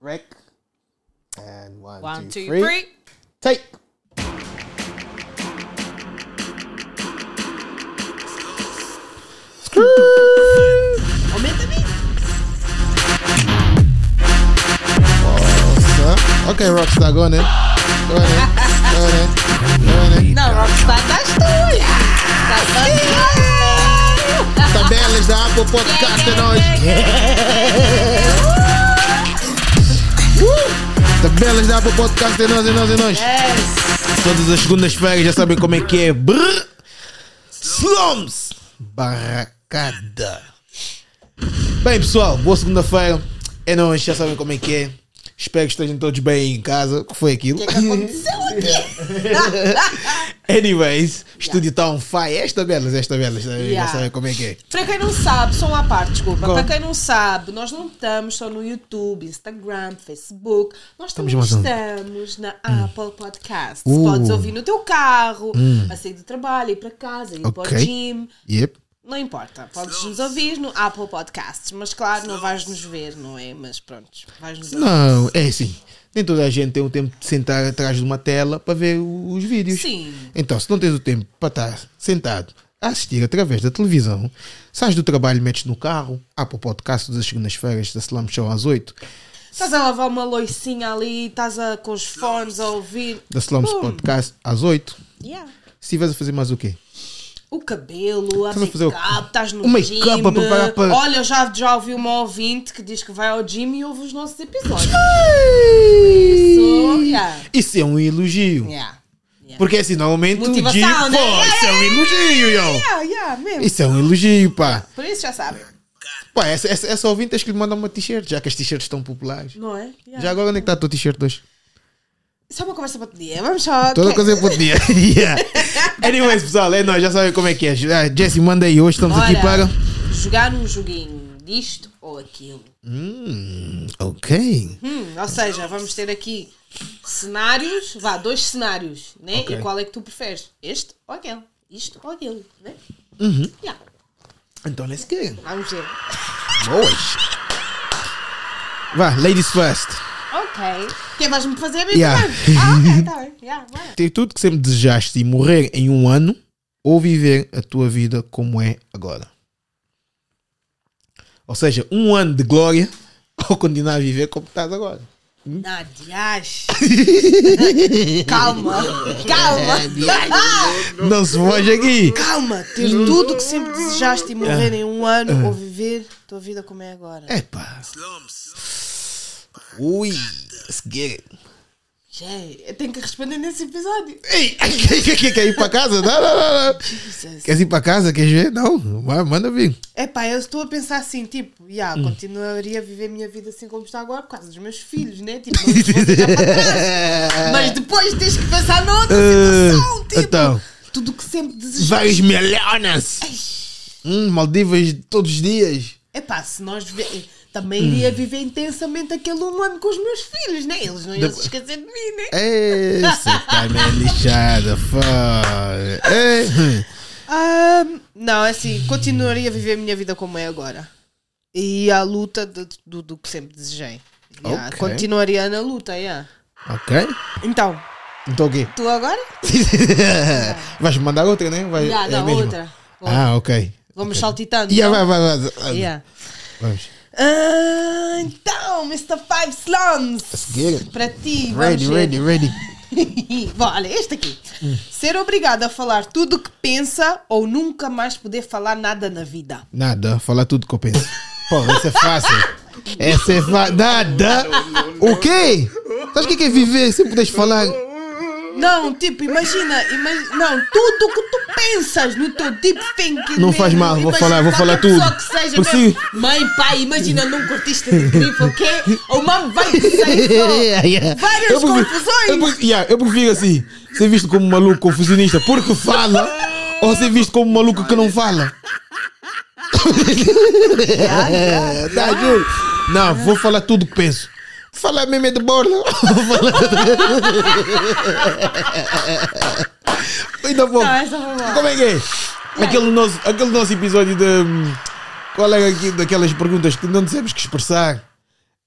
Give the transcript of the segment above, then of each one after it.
Rick. And one, One, two, two, three. three. Take. Aumenta a mim. Nossa. Ok, Rockstar, go on in. Go on in. Go on in. Go on in. Não, Rockstar das tuas. Das tuas. Tabelas da Apple Podcast é nós. Uh! Tabelas da Apple Podcast é nós, é nós, é nós. Yes. Todas as segundas-feiras já sabem como é que é. Brrr. Slums! Barracada. Bem, pessoal, boa segunda-feira. É nós, já sabem como é que é. Espero que estejam todos bem aí em casa. O que foi aquilo? O que aconteceu aqui? Anyways, o estúdio está on fire. Esta belas, esta belas. Já Yeah. sabem como é que é. Para quem não sabe, só uma parte, desculpa. Go. Para quem não sabe, nós não estamos só no YouTube, Instagram, Facebook. Nós Estamos também mais onde? estamos na Apple Podcast. Uh. Hum. Podes ouvir no teu carro, a sair do trabalho, ir para casa, ir para Ok. o gym. Yep. Não importa, podes nos ouvir no Apple Podcasts, mas claro, não vais nos ver, não é? Mas pronto, vais nos ouvir. Não, é assim. Nem toda a gente tem o tempo de sentar atrás de uma tela para ver o- os vídeos. Sim. Então, se não tens o tempo para estar sentado a assistir através da televisão, sais do trabalho, metes no carro, há para o podcast das segundas-feiras da Slam Show às 8, Estás a lavar uma loicinha ali, estás a, com os fones a ouvir. da Slums Boom. Podcast às 8. Yeah. Se estiveres a fazer mais o quê? O cabelo, a Estás a fazer o- make-up, estás no o make make-up gym. para preparar para- Olha, eu já, já ouvi uma ouvinte que diz que vai ao gym e ouve os nossos episódios. Isso, yeah. Isso é um elogio. Yeah. Yeah. Porque assim, normalmente o Motivação, dia. né? Pô, isso é um elogio, yo. yeah, yeah, mesmo. Isso é um elogio, pá. Por isso já sabe, Pá, essa, essa, essa ouvinte tens que lhe mandar uma t-shirt, já que as t-shirts estão populares. não é? Yeah. Já agora onde é que está a tua t-shirt hoje? Isso é uma conversa para outro dia. Vamos só. Toda Ok. coisa é pro dia. yeah. Anyways, pessoal, é nóis, já sabem como é que é. Ah, Jesse, manda aí, hoje estamos aqui Ora, para. Jogar um joguinho disto ou aquilo. Hum, ok. Hum, ou seja, vamos ter aqui cenários, vá, dois cenários, né? Ok. E qual é que tu preferes? Este ou aquele? Isto ou aquele, né? Uhum. Yeah. Então, let's go. Vamos ver. Boas. Vá, ladies first. Ok. Quem vais-me fazer é bem Yeah. bem. Ah, ok, tá bem. Yeah, vai. Ter tudo que sempre desejaste e morrer em um ano ou viver a tua vida como é agora. Ou seja, um ano de glória ou continuar a viver como estás agora. Hum? Nadias. calma, É, calma. Não se foge aqui. calma, ter tudo que sempre desejaste e morrer É. em um ano ou viver a tua vida como é agora. Epa. Ui, let's get it. Jay, eu tenho que responder nesse episódio. Ei, quer ir para casa? Não, não, não, não. Jesus. Queres ir para casa? Queres ver? Não, vai, manda vir. Epá, eu estou a pensar assim, tipo, yeah, Hum. continuaria a viver a minha vida assim como está agora por causa dos meus filhos, né? Tipo, não os vou deixar para trás. Mas depois tens que pensar noutra Ah, situação, tipo, então. tudo que sempre desejaste. Vários milhões. Hum, Maldivas todos os dias. Epá, se nós vive- também Hum. iria viver intensamente aquele um ano com os meus filhos, né? Eles não iam se esquecer de mim, Eh. né? Ei, você tá meio lixada, foda. Ei, hum. Ahm, não, é assim, continuaria a viver a minha vida como é agora. E a luta de- do, do que sempre desejei. Yeah, Ok. Continuaria na luta, yeah. Ok? Então, Então o quê? tu agora? Vais mandar outra, né? Vai, Já, é não, a mesma. outra. Ah, ok. Vamos Ok. saltitando. Yeah, vai, então? vai, vai. Yeah. Vamos. Ah, então, Mr. Five Slums, Let's get it. para ti, vamos Ready, ver. ready, ready. Bom, olha, este aqui. Ser obrigado a falar tudo o que pensa ou nunca mais poder falar nada na vida. Nada, falar tudo que eu penso. Pô, essa é fácil. Essa é fácil. Nada. O quê? Sabe o que é que é viver sem poderes falar? Não, tipo, imagina, imagina não, tudo o que tu pensas no teu deep thinking. Não faz mal, vou falar, vou falar tudo. Só que seja Por mesmo, si- mãe, pai, imagina, não curtiste de grife, ok? Ou mãe vai dizer Yeah, yeah. Várias Eu prefiro- confusões. Eu prefiro, yeah, eu prefiro assim, ser visto como um maluco confusionista porque fala ou ser visto como um maluco que não fala. É, tá, juro. Não, vou falar tudo que penso. Falar meme de borla. Vou falar- Ainda vou. Não, essa foi boa. Como é que é? Aquele nosso, aquele é nosso episódio de. hum, Qual era aqui, daquelas perguntas que não dissemos que expressar?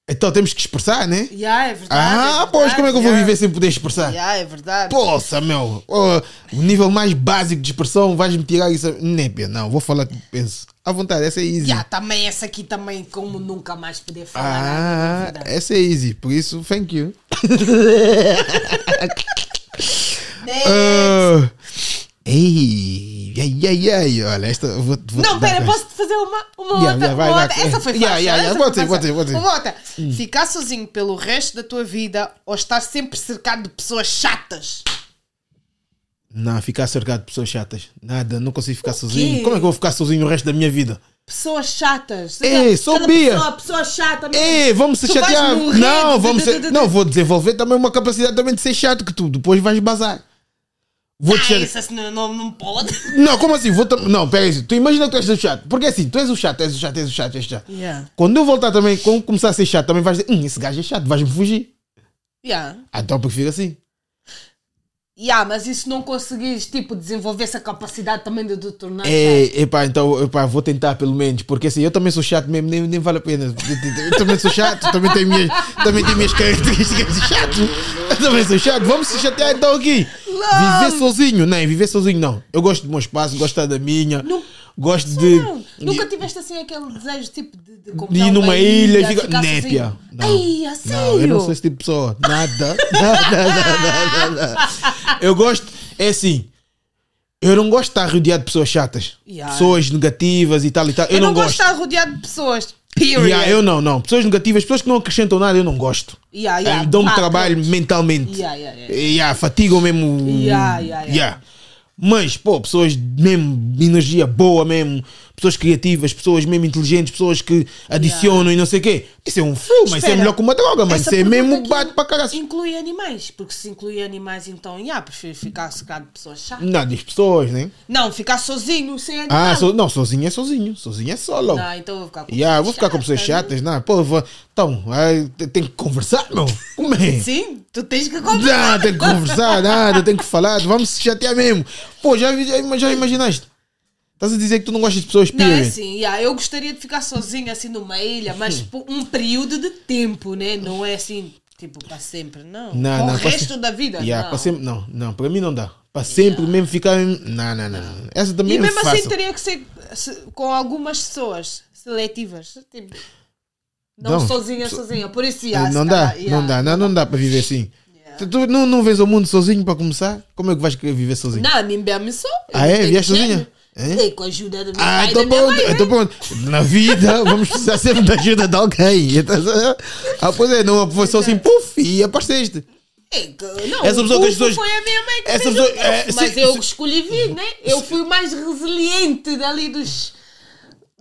Então temos que expressar, né? Yeah, é verdade. Ah, é pois verdade, como é que eu vou yeah. viver sem poder expressar? Yeah, é verdade. Poça, meu! Oh, o nível mais básico de expressão, vais-me tirar isso. Népia, não, vou falar o que penso. À vontade, essa é easy. Yeah, também essa aqui também, como nunca mais poder falar. nada na Ah, vida. essa é easy, por isso, thank you. Né? Ah, ei, ai, ai, ai, olha, esta. Vou, vou Não, dar- pera, posso te fazer uma, uma Yeah, outra? yeah, vai, uma vai. é. outra? Essa foi fácil. Yeah, yeah, essa yeah, foi pode ser, fácil. pode ser, pode ser. Uma outra. Hum. Ficar sozinho pelo resto da tua vida ou estar sempre cercado de pessoas chatas. Não, ficar cercado de pessoas chatas. Nada, não consigo ficar quê? sozinho. Como é que eu vou ficar sozinho o resto da minha vida? Pessoas chatas. Ei, Cada- sou cada Bia. Pessoa, pessoa chata. mesmo. Ei, vamos se Tu vais chatear. morrer. Não, vamos Du, du, ser- du, du, Não, du. vou desenvolver também uma capacidade também de ser chato que tu depois vais bazar. Vou te Ah, chatear. isso assim não, não, não pode. Não, como assim? Vou tam- Não, pega isso. Tu imagina que tu és o chato. Porque assim, tu és o chato, és o chato, és o chato, és o chato. Yeah. Quando eu voltar também, quando começar a ser chato, também vais dizer, hum, esse gajo é chato, vais-me fugir. Yeah. Ah, então porque fica assim. Yeah, mas isso não conseguires, tipo, desenvolver essa capacidade também de te tornar chato. É, epá, então epá, vou tentar pelo menos, porque assim, eu também sou chato mesmo, nem, nem vale a pena. Eu também sou chato, também tenho minhas, também tenho minhas características de chato. Eu também sou chato, vamos se chatear então aqui. Não. Viver sozinho, não, viver sozinho não. Eu gosto do meu espaço, gosto da minha, Não. gosto de. Não, nunca tiveste assim aquele desejo tipo de, de comprar De ir uma numa ilha e ficar ficar. sozinho? Népia. Ai, a Não, eu sério? não sou esse tipo de pessoa. Nada. Nada, nada, nada, nada. Eu gosto. É assim. Eu não gosto de estar rodeado de pessoas chatas. Yeah. Pessoas negativas e tal e tal. Eu, Eu não, não gosto de estar rodeado de pessoas. Period. Yeah, eu não, não. Pessoas negativas, pessoas que não acrescentam nada, eu não gosto. Yeah, yeah, Eh, Dão-me claro. trabalho mentalmente. Yeah, yeah, yeah. Eh, yeah, fatigam mesmo. Yeah, yeah, yeah. Mas, pô, pessoas de mesmo, de energia boa mesmo, pessoas criativas, pessoas mesmo inteligentes, pessoas que adicionam e não sei o quê. Isso é um filme, isso é Espera. melhor que uma droga, mas Essa isso é pergunta mesmo aqui bate para caralho. Inclui animais, porque se inclui animais, então, yeah, prefiro ficar cercado de pessoas chatas. Não, diz pessoas, né? Não, ficar sozinho sem animal. Ah, so- não, sozinho é sozinho, sozinho é solo. Não, né? então eu vou ficar com Yeah, vou ficar com pessoas chatas. chatas, não, pô, vou- então, ai, te- tem que conversar, meu. Como é? Sim, tu tens que Não, comprar. tem que conversar, nada, tem que falar, vamos se chatear mesmo. Pô, já, vi- já, já imaginaste? Estás a dizer que tu não gostas de pessoas Não, é period? assim, yeah, eu gostaria de ficar sozinha assim numa ilha, mas por um período de tempo, né? Não é assim, tipo, para sempre, não. Não, Para não, o pra resto se- da vida, Yeah, não. pra sempre, não, não, para mim não dá. Para sempre mesmo ficar. Não, não, não. não. Essa também E é mesmo fácil. assim teria que ser se- com algumas pessoas seletivas. Tipo, não, Não, sozinha, sozinha. Por isso, Eh, yeah, não, se dá, calhar, yeah. não dá, não não dá para viver assim. Yeah. Tu, tu não, não vês o mundo sozinho para começar? Como é que vais querer viver sozinho? Não, a mim bem sou. Ah, é? Vieste sozinha? É? Sim, com a ajuda do meu Ah, pai e estou da minha pronto, mãe. né? estou pronto. Na vida, vamos precisar sempre da ajuda de alguém. Então, Ah, pois é, não foi só assim, puf, e apareceste. Ei, que- Não, Essa o pessoa que as custo pessoas- foi a minha mãe que Essa fez pessoa- o custo, é, mas sim, eu sim. escolhi vir, né? Eu fui o mais resiliente dali dos...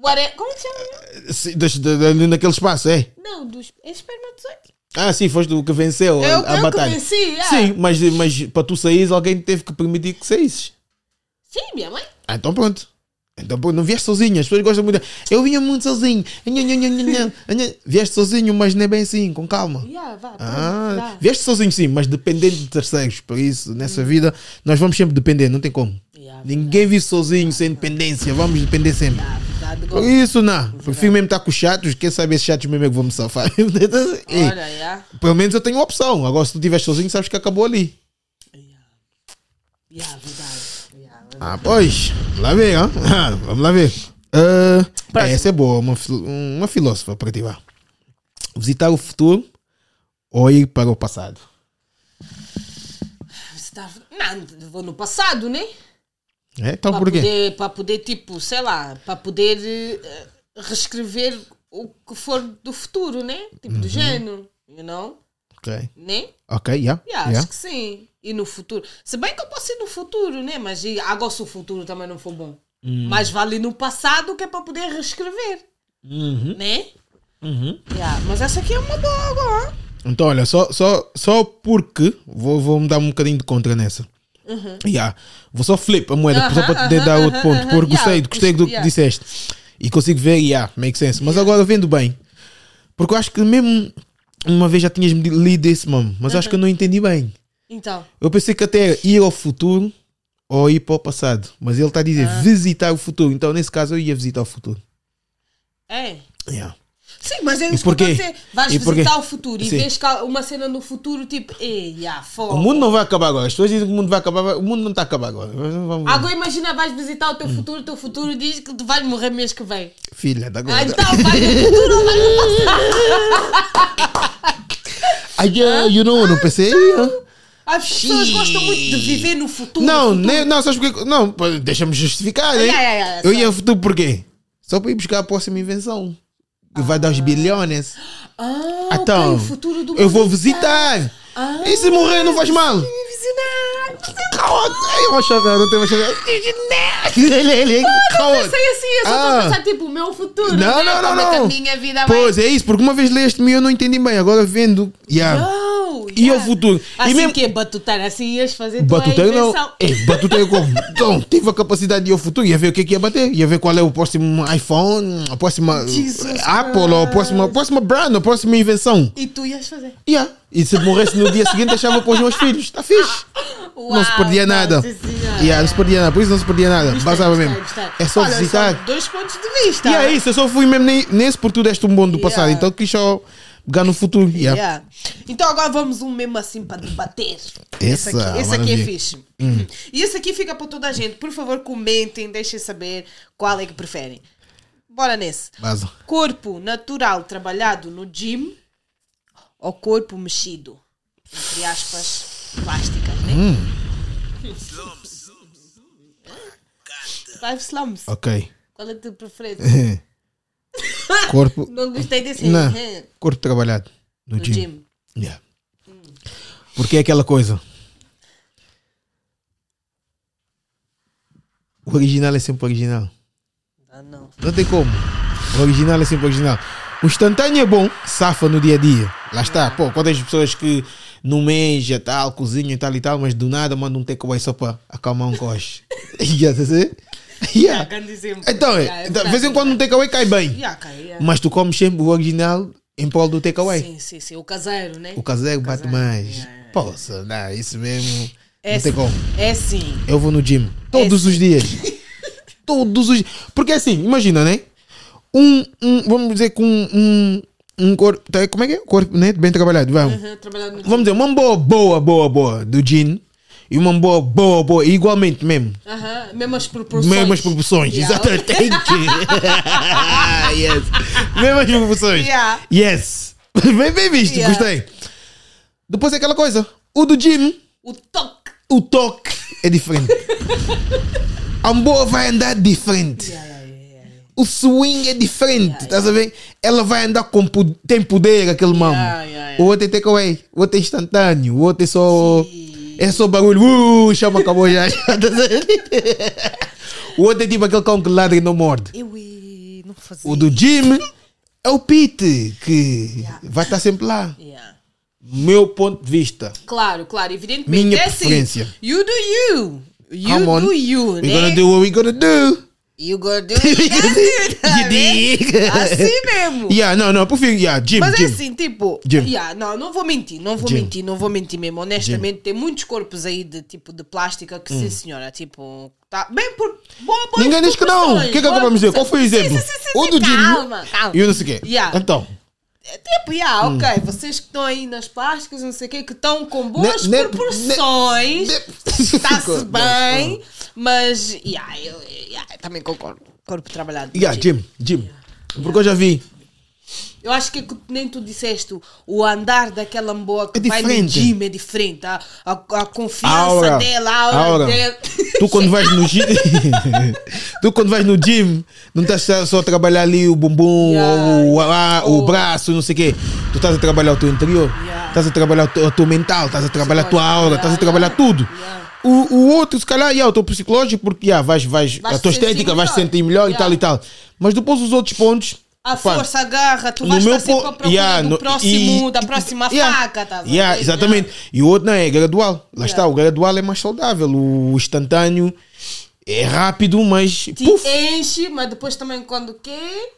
What é- Como é que chama? Se- das- da- da- Ali naquele espaço, é? Não, dos espermatozoides. Ah, sim, foste o que venceu Eu- a, a eu que batalha. venci, é. Sim, mas, mas para tu saíres, alguém teve que permitir que saísses. Sim, minha mãe. Ah, então pronto. Então pronto, não vieste sozinho, as pessoas gostam muito. de- Eu vinha muito sozinho. Nhan, nhan, nhan, nhan, nhan. Vieste sozinho, mas não é bem assim, com calma. Yeah, vá, pronto, Ah, dá. vieste sozinho sim, mas dependente de terceiros. Por isso, nessa vida, nós vamos sempre depender, não tem como. Yeah, Ninguém vive sozinho, sem dependência. Vamos depender sempre. dá, dá de Por gosto. isso, não. Prefiro mesmo estar com os chatos. Quem sabe esses chatos mesmo é que vão me safar. Ei, Olha, yeah. pelo menos eu tenho opção. Agora, se tu estiveres sozinho, sabes que acabou ali. Yeah, verdade. Yeah, verdade. Ah, pois. Vamos lá ver, hein? Ah, Vamos lá ver. Ah, é, essa é boa, uma, fil- uma filósofa para ti, vá. Visitar o futuro ou ir para o passado? Você tá- Não, vou no passado, né? É? Então, Para por quê? poder, para poder, tipo, sei lá, para poder eh, reescrever o que for do futuro, né? Tipo, Uhum. do género, you know? Ok, Né? ok, yeah, Yeah, yeah. Acho que sim. E no futuro. Se bem que eu posso ir no futuro, né? Mas e agora se o futuro também não for bom. Mas vale ir no passado que é para poder reescrever, Uhum, né? uhum. Yeah, Mas essa aqui é uma boa agora. Então, olha, só, só, só porque vou, vou me dar um bocadinho de contra nessa. Yeah. Vou só flip a moeda Aham, só para poder Uhum. aham, dar outro aham, ponto. aham. porque gostei, Yeah, gostei do que yeah. disseste. E consigo ver, yeah, make sense. Mas agora vendo bem, porque eu acho que mesmo uma vez já tinhas me lido esse mamo, mas Uhum. acho que eu não entendi bem. Então, Eu pensei que até era ir ao futuro ou ir para o passado. Mas ele está a Ah. dizer visitar o futuro. Então, nesse caso, eu ia visitar o futuro. é. Yeah. Sim, mas é isso que porquê? acontece. Vais E porquê? visitar o futuro e Sim. vês cá uma cena no futuro, tipo, ei, yeah, foda. O mundo não vai acabar agora. As pessoas dizem que o mundo vai acabar. O mundo não está a acabar agora. Vamos- Agora imagina, vais visitar o teu Hum. futuro, o teu futuro diz que tu vais morrer mês que vem. Filha da Ah, agora. então vai no futuro ou vai no passado? Ah, yeah, you know, não pensei. ah. As pessoas gostam muito de viver no futuro. Não, futuro. nem, não, sabes porquê? Não, pô, deixa-me justificar, né? Ah, Yeah, yeah, yeah, Eu só- ia ao futuro porquê? Só para ir buscar a próxima invenção. Que vai dar os bilhões. Ah, ok, Então, o futuro do eu vou mundo. visitar. Ah, e se morrer, não faz mal. Visionário. Ai, eu vou chorar, não tenho mais chorar. Ele, ele, Ah, ele, Eu sei assim, eu só estou Ah. a pensar, tipo, o meu futuro. Não, né? não, não, Como é que não. a minha vida vai. Pois é isso, porque uma vez leste-me e eu não entendi bem. Agora vendo. Yeah. Oh, E yeah. ao futuro. Assim e mesmo que é batutar, assim ias fazer Batuteiro tua não. invenção. Ei, batuteiro como? Então, tive a capacidade de ir ao futuro, ia ver o que, é que ia bater, ia ver qual é o próximo iPhone, a próxima Jesus eh, Apple, ou a próxima, a próxima brand, a próxima invenção. E tu ias fazer. Yeah. E se morresse no dia seguinte, deixava para os meus filhos. Está fixe. não se Uau, perdia não, nada. sim, senhora. Yeah, não se perdia nada, por isso não se perdia nada. Gostei, Basava gostei, mesmo. gostei. É só Olha, são visitar. Dois pontos de vista. E é isso, eu só fui mesmo ne- nesse por tu deste um bom do Yeah. passado, então quis só pegar no futuro. Yeah. Yeah. Então agora vamos um mesmo assim para debater. Essa, esse aqui, esse aqui é maravilha. Hum. fixe. E esse aqui fica para toda a gente. Por favor, comentem, deixem saber qual é que preferem. Bora nesse. Vaza. Corpo natural trabalhado no gym ou corpo mexido? Entre aspas, plásticas, né? Hum. Five slums. Ok. Qual é a tua preferência? Corpo. Não gostei desse. Não. No Corpo trabalhado. No, gym. gym. Yeah. Porque é aquela coisa. O original é sempre original. Ah, não. Não tem como. O original é sempre original. O instantâneo é bom, safa no dia a dia. Lá está. Pô, quantas pessoas que no mês já tal, cozinham e tal e tal, mas do nada mandam um takeaway só para acalmar um coche. yeah, tá a ver? Ah, yeah. grande exemplo. É. Então, Yeah, é, é então, de vez em verdade. quando um takeaway cai bem. Yeah, cara, yeah. Mas tu comes sempre o original em prol do takeaway. Sim, sim, sim. O caseiro, né? é. O caseiro bate caseiro, mais. é, é. Poxa, não, isso mesmo. É não tem sim. como. É sim. Eu vou no gym todos os dias. todos os dias. Porque assim, imagina, né? Um, um vamos dizer que um, um, um corpo. tá, Como é que é? Corpo, né? Bem trabalhado. Vamos, Uhum, trabalhar no vamos dizer, uma boa, boa, boa, boa do gym e uma boa, boa, boa, igualmente mesmo. Aham, mesmas proporções. Mesmas proporções, Yeah. exatamente. Thank you. yes. Mesmas proporções. Yeah. Yes. Bem, bem visto, Yeah. gostei. Depois é aquela coisa. O do gym, O toque. o toque é diferente. A boa vai andar diferente. Yeah, yeah, yeah, yeah. O swing é diferente. Estás a ver? Ela vai andar com po- tem poder aquele mamo. yeah, yeah. O outro é takeaway, o outro é instantâneo, o outro é só. Sim. É só barulho. Uh, chama acabou já. o outro é tipo aquele cão que ladra e não morde. Eu e- não fazia. O do Jim é o Pete, que vai estar sempre lá. Yeah. Meu ponto de vista. Claro, claro, evidentemente. Minha é assim, preferência. You do you. You Come on. do you, We're né? gonna do what we're gonna do. You gonna do it. tá You vendo? dig? Assim mesmo. Yeah, não, não, por fim, yeah, Jim, Mas é Jim. assim, tipo, Jim. yeah, não, não vou mentir, não vou Jim. mentir, não vou mentir mesmo. Honestamente, tem muitos corpos aí de tipo de plástica que, sim, senhora, tipo, tá bem por boa, boas Hum. Ninguém diz que não. O que é que proporções, acabamos de dizer? boas Qual foi o proporções. exemplo? Sim, sim, sim, sim, O do Jim. Calma, calma. E eu não sei o quê. Yeah. Então, É tipo, yeah, ok, vocês que estão aí nas plásticas, não sei o quê, que estão com boas Ne- ne- proporções, ne- está-se bem, mas, yeah, eu, yeah, eu também concordo. Corpo trabalhado. yeah, Jim, Jim. Porque eu já vi. Eu acho que é que nem tu disseste, o andar daquela boa que É vai no diferente. gym é diferente. A, a, a confiança Aura. dela, a aura, Aura. dela. Tu quando vais no gym, tu quando vais no gym, não estás só- só a trabalhar ali o bumbum, Yeah. ou o, a- o Ou- braço, não sei o quê. Tu estás a trabalhar o teu interior, Yeah. estás a trabalhar o teu, o teu mental, estás a trabalhar a tua aura, estás a trabalhar tudo. Yeah. O, o outro, se calhar, yeah, o teu psicológico, porque yeah, vais, vais, Vais a tua te sentir estética vais te melhor. sentir melhor Yeah. e tal e tal. Mas depois os outros pontos. A pá, força agarra, tu no vais meu estar sempre po- à procura Yeah, do no- próximo, e- da próxima Yeah. faca. Tá a ver? Yeah, exatamente. E o outro não é, é gradual. Lá está, o gradual é mais saudável. O instantâneo é rápido, mas. Te puf. enche, mas depois também quando quer,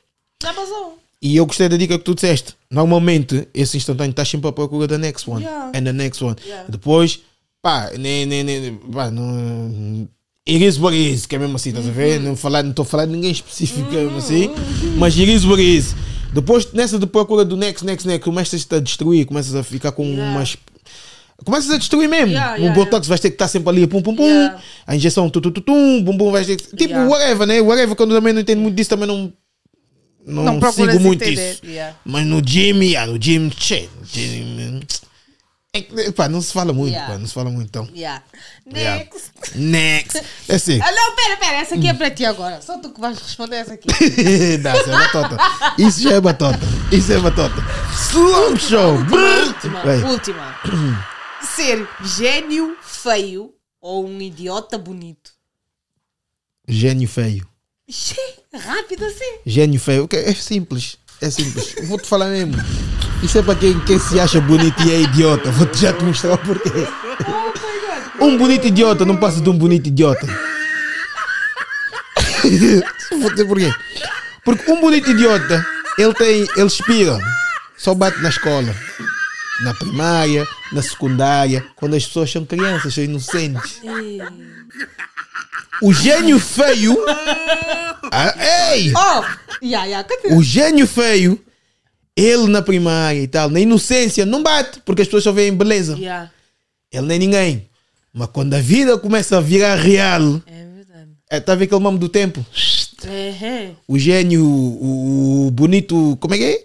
já vazou. E eu gostei da dica que tu disseste. Normalmente, esse instantâneo estás sempre à procura da next one. Yeah. And the next one. Yeah. Depois, pá, nem, nem, nem, pá, não. It is what Uhum. it is, que é mesmo assim, estás a ver? Não estou não tô a falar de ninguém específico, que é mesmo assim. Mas it is what it is. Depois, nessa de procura do next, next, next, começas-te a destruir, começas a ficar com Yeah. umas. Começas a destruir mesmo. Yeah, o yeah, botox vais ter que estar sempre ali, pum, pum, pum. Yeah. A injeção, tu, tu, tu, tum, bum, bum, vais ter que. Tipo, Yeah. whatever, né? Whatever, quando também não entendo muito disso, também não. Não, Não procuras sigo muito entender, isso. yeah. Mas no gym, yeah, no gym, tchê. no gym, é que, pá, não se fala muito, Yeah. pá, não se fala muito então. Yeah. Yeah. Next. Next. É assim. Ah, não, pera, pera, essa aqui é para ti agora. Só tu que vais responder essa aqui. Não, isso é batota. Isso já é batota. Isso é batota. Slum Show. Última, Bem, última. Ser gênio feio ou um idiota bonito? gênio feio. Xê, Rápido assim. Gênio feio. Ok, É simples. É simples. Vou-te falar mesmo. Isso é para quem, quem se acha bonito e é idiota. Vou-te já te mostrar o porquê. Oh my god. Um bonito idiota não passa de um bonito idiota. Vou dizer porquê. Porque um bonito idiota, ele tem. Ele expira. Só bate na escola. Na primária, na secundária, quando as pessoas são crianças, são inocentes. O gênio feio. Ah, ei! Oh, yeah, yeah. continua. O gênio feio, ele na primária e tal, na inocência, não bate, porque as pessoas só veem beleza. Yeah. Ele nem ninguém. Mas quando a vida começa a virar real, É verdade. está a ver aquele nome do tempo? Uhum. O gênio, o, o bonito. Como é que é?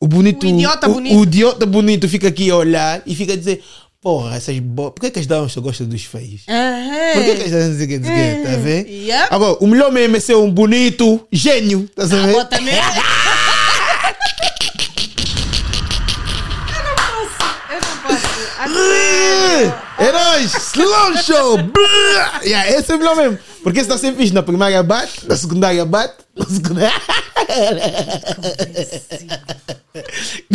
O bonito. O idiota bonito. O, idiota bonito fica aqui a olhar e fica a dizer: Porra, essas. Bo... Por que, que as damas só gostam dos feios? Por que, que as Uhum. damas. não sei o quê, não sei o quê?" Tá a ver? Yep. Agora, o melhor mesmo é ser um bonito gênio. Tá a ver? Agora também. Eu não posso. Eu não posso. A sério. Heróis, slow show! Brrr. yeah, esse é melhor mesmo. Porque esse está sempre fixe. Na primária bate, na secundária bate, na secundária. é assim.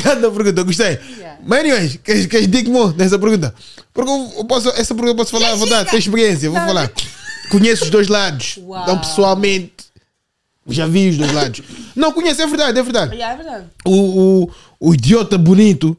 Cada pergunta, eu gostei. Yeah. Mas, anyways, queres, queres digo more nessa pergunta? Porque eu eu posso, essa pergunta eu posso falar à vontade, tenho experiência, vou Tá. falar. Conheço os dois lados. Uau. Então, pessoalmente, já vi os dois lados. Não, conheço, é verdade, é verdade Yeah, é verdade. o, o, o idiota bonito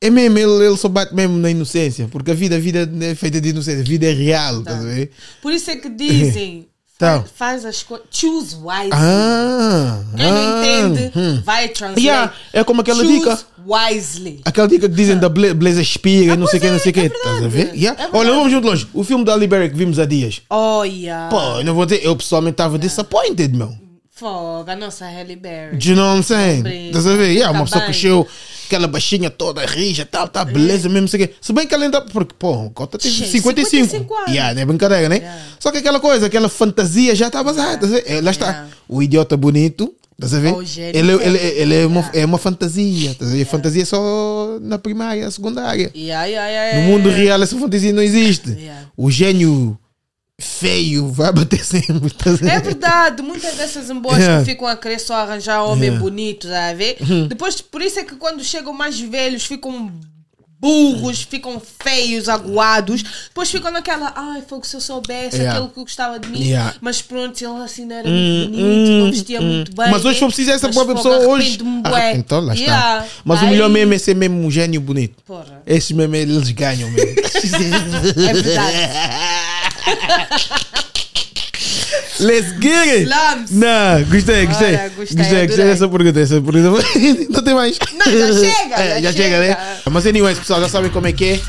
é mesmo, ele, ele só bate mesmo na inocência, porque a vida, a vida é feita de inocência, a vida é real, tá. a ver? Por isso é que dizem. Tá. fa- Faz as coisas. Choose wisely. Ah, Quem não ah, entende, hum. vai translate. Yeah, é como aquela Choose dica. wisely. Aquela dica que dizem da ble- beleza expira, e não pois sei o que, não é, sei o que, é estás a verdade, ver? Yeah? é Olha, verdade. vamos junto longe. O filme da Libera que vimos há dias. Olha. Pô, eu não vou dizer, eu pessoalmente Ah. estava disappointed, meu. Fogo, a nossa Halle Berry. Do you know what I'm saying? Compreendo. Estás a ver? Yeah, uma Tá pessoa bem. É. cresceu, aquela baixinha toda rija, tal, tá, beleza mesmo, não sei o quê. Se bem que ela ainda. Porque, pô, Cota teve Gente, 55. 55 anos. Yeah, não é brincadeira, né? Yeah. Só que aquela coisa, aquela fantasia já tá estava yeah. Eh, Lá está. Yeah. O idiota bonito, estás a ver? Oh, gênio. Ele, ele, ele é, uma, Yeah. é uma fantasia, estás a ver? Fantasia é só na primária, na secundária. Yeah, yeah, yeah, No yeah. mundo real, essa fantasia não existe. Yeah. O gênio feio vai bater sempre, tá estás a ver? É verdade, muitas dessas embostas Yeah. que ficam a querer só arranjar homem Yeah. bonito, tá a ver? Uhum. Depois, por isso é que quando chegam mais velhos, ficam burros, ficam feios, aguados. Depois ficam naquela, ai, foi que se eu soubesse Yeah. aquilo que eu gostava de mim. Yeah. Hum, Mas pronto, ele assim não era muito bonito, não vestia muito bem. Mas hoje, se né? for preciso, essa Mas, própria fogo, pessoa hoje. arrependo-me bué. Ah, então, lá está. Yeah. Mas o Aí- melhor mesmo é ser mesmo um gênio bonito. Porra. É. Esses mesmo, eles ganham mesmo. É verdade. Let's get it! Slams. Não, gostei, gostei. Ora, gostei, gostei, gostei adorei. dessa pergunta. Essa pergunta. Não tem mais. Não, já chega, É, já chega, né? chega. Mas, anyways, pessoal, já sabem como é que é.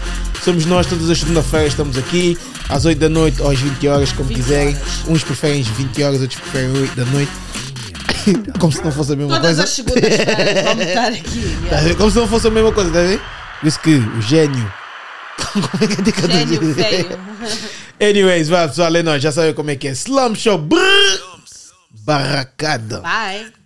Somos nós, todas as segunda-feiras estamos aqui, às 8 da noite ou às 20 horas, como 20 quiserem. horas. Uns preferem as 20 horas, outros preferem 8 da noite. Como se não fosse a mesma Todas coisa. as segundas-feiras vamos estar aqui. yeah. Tá a ver? Como se não fosse a mesma coisa, tá a ver? Por isso que o gênio. Como é que é que eu tô Gênio dizendo? feio. Anyways, vai pessoal, é nóis, já sabem como é que é. Slum Show. Brrr. Barracada. Bye.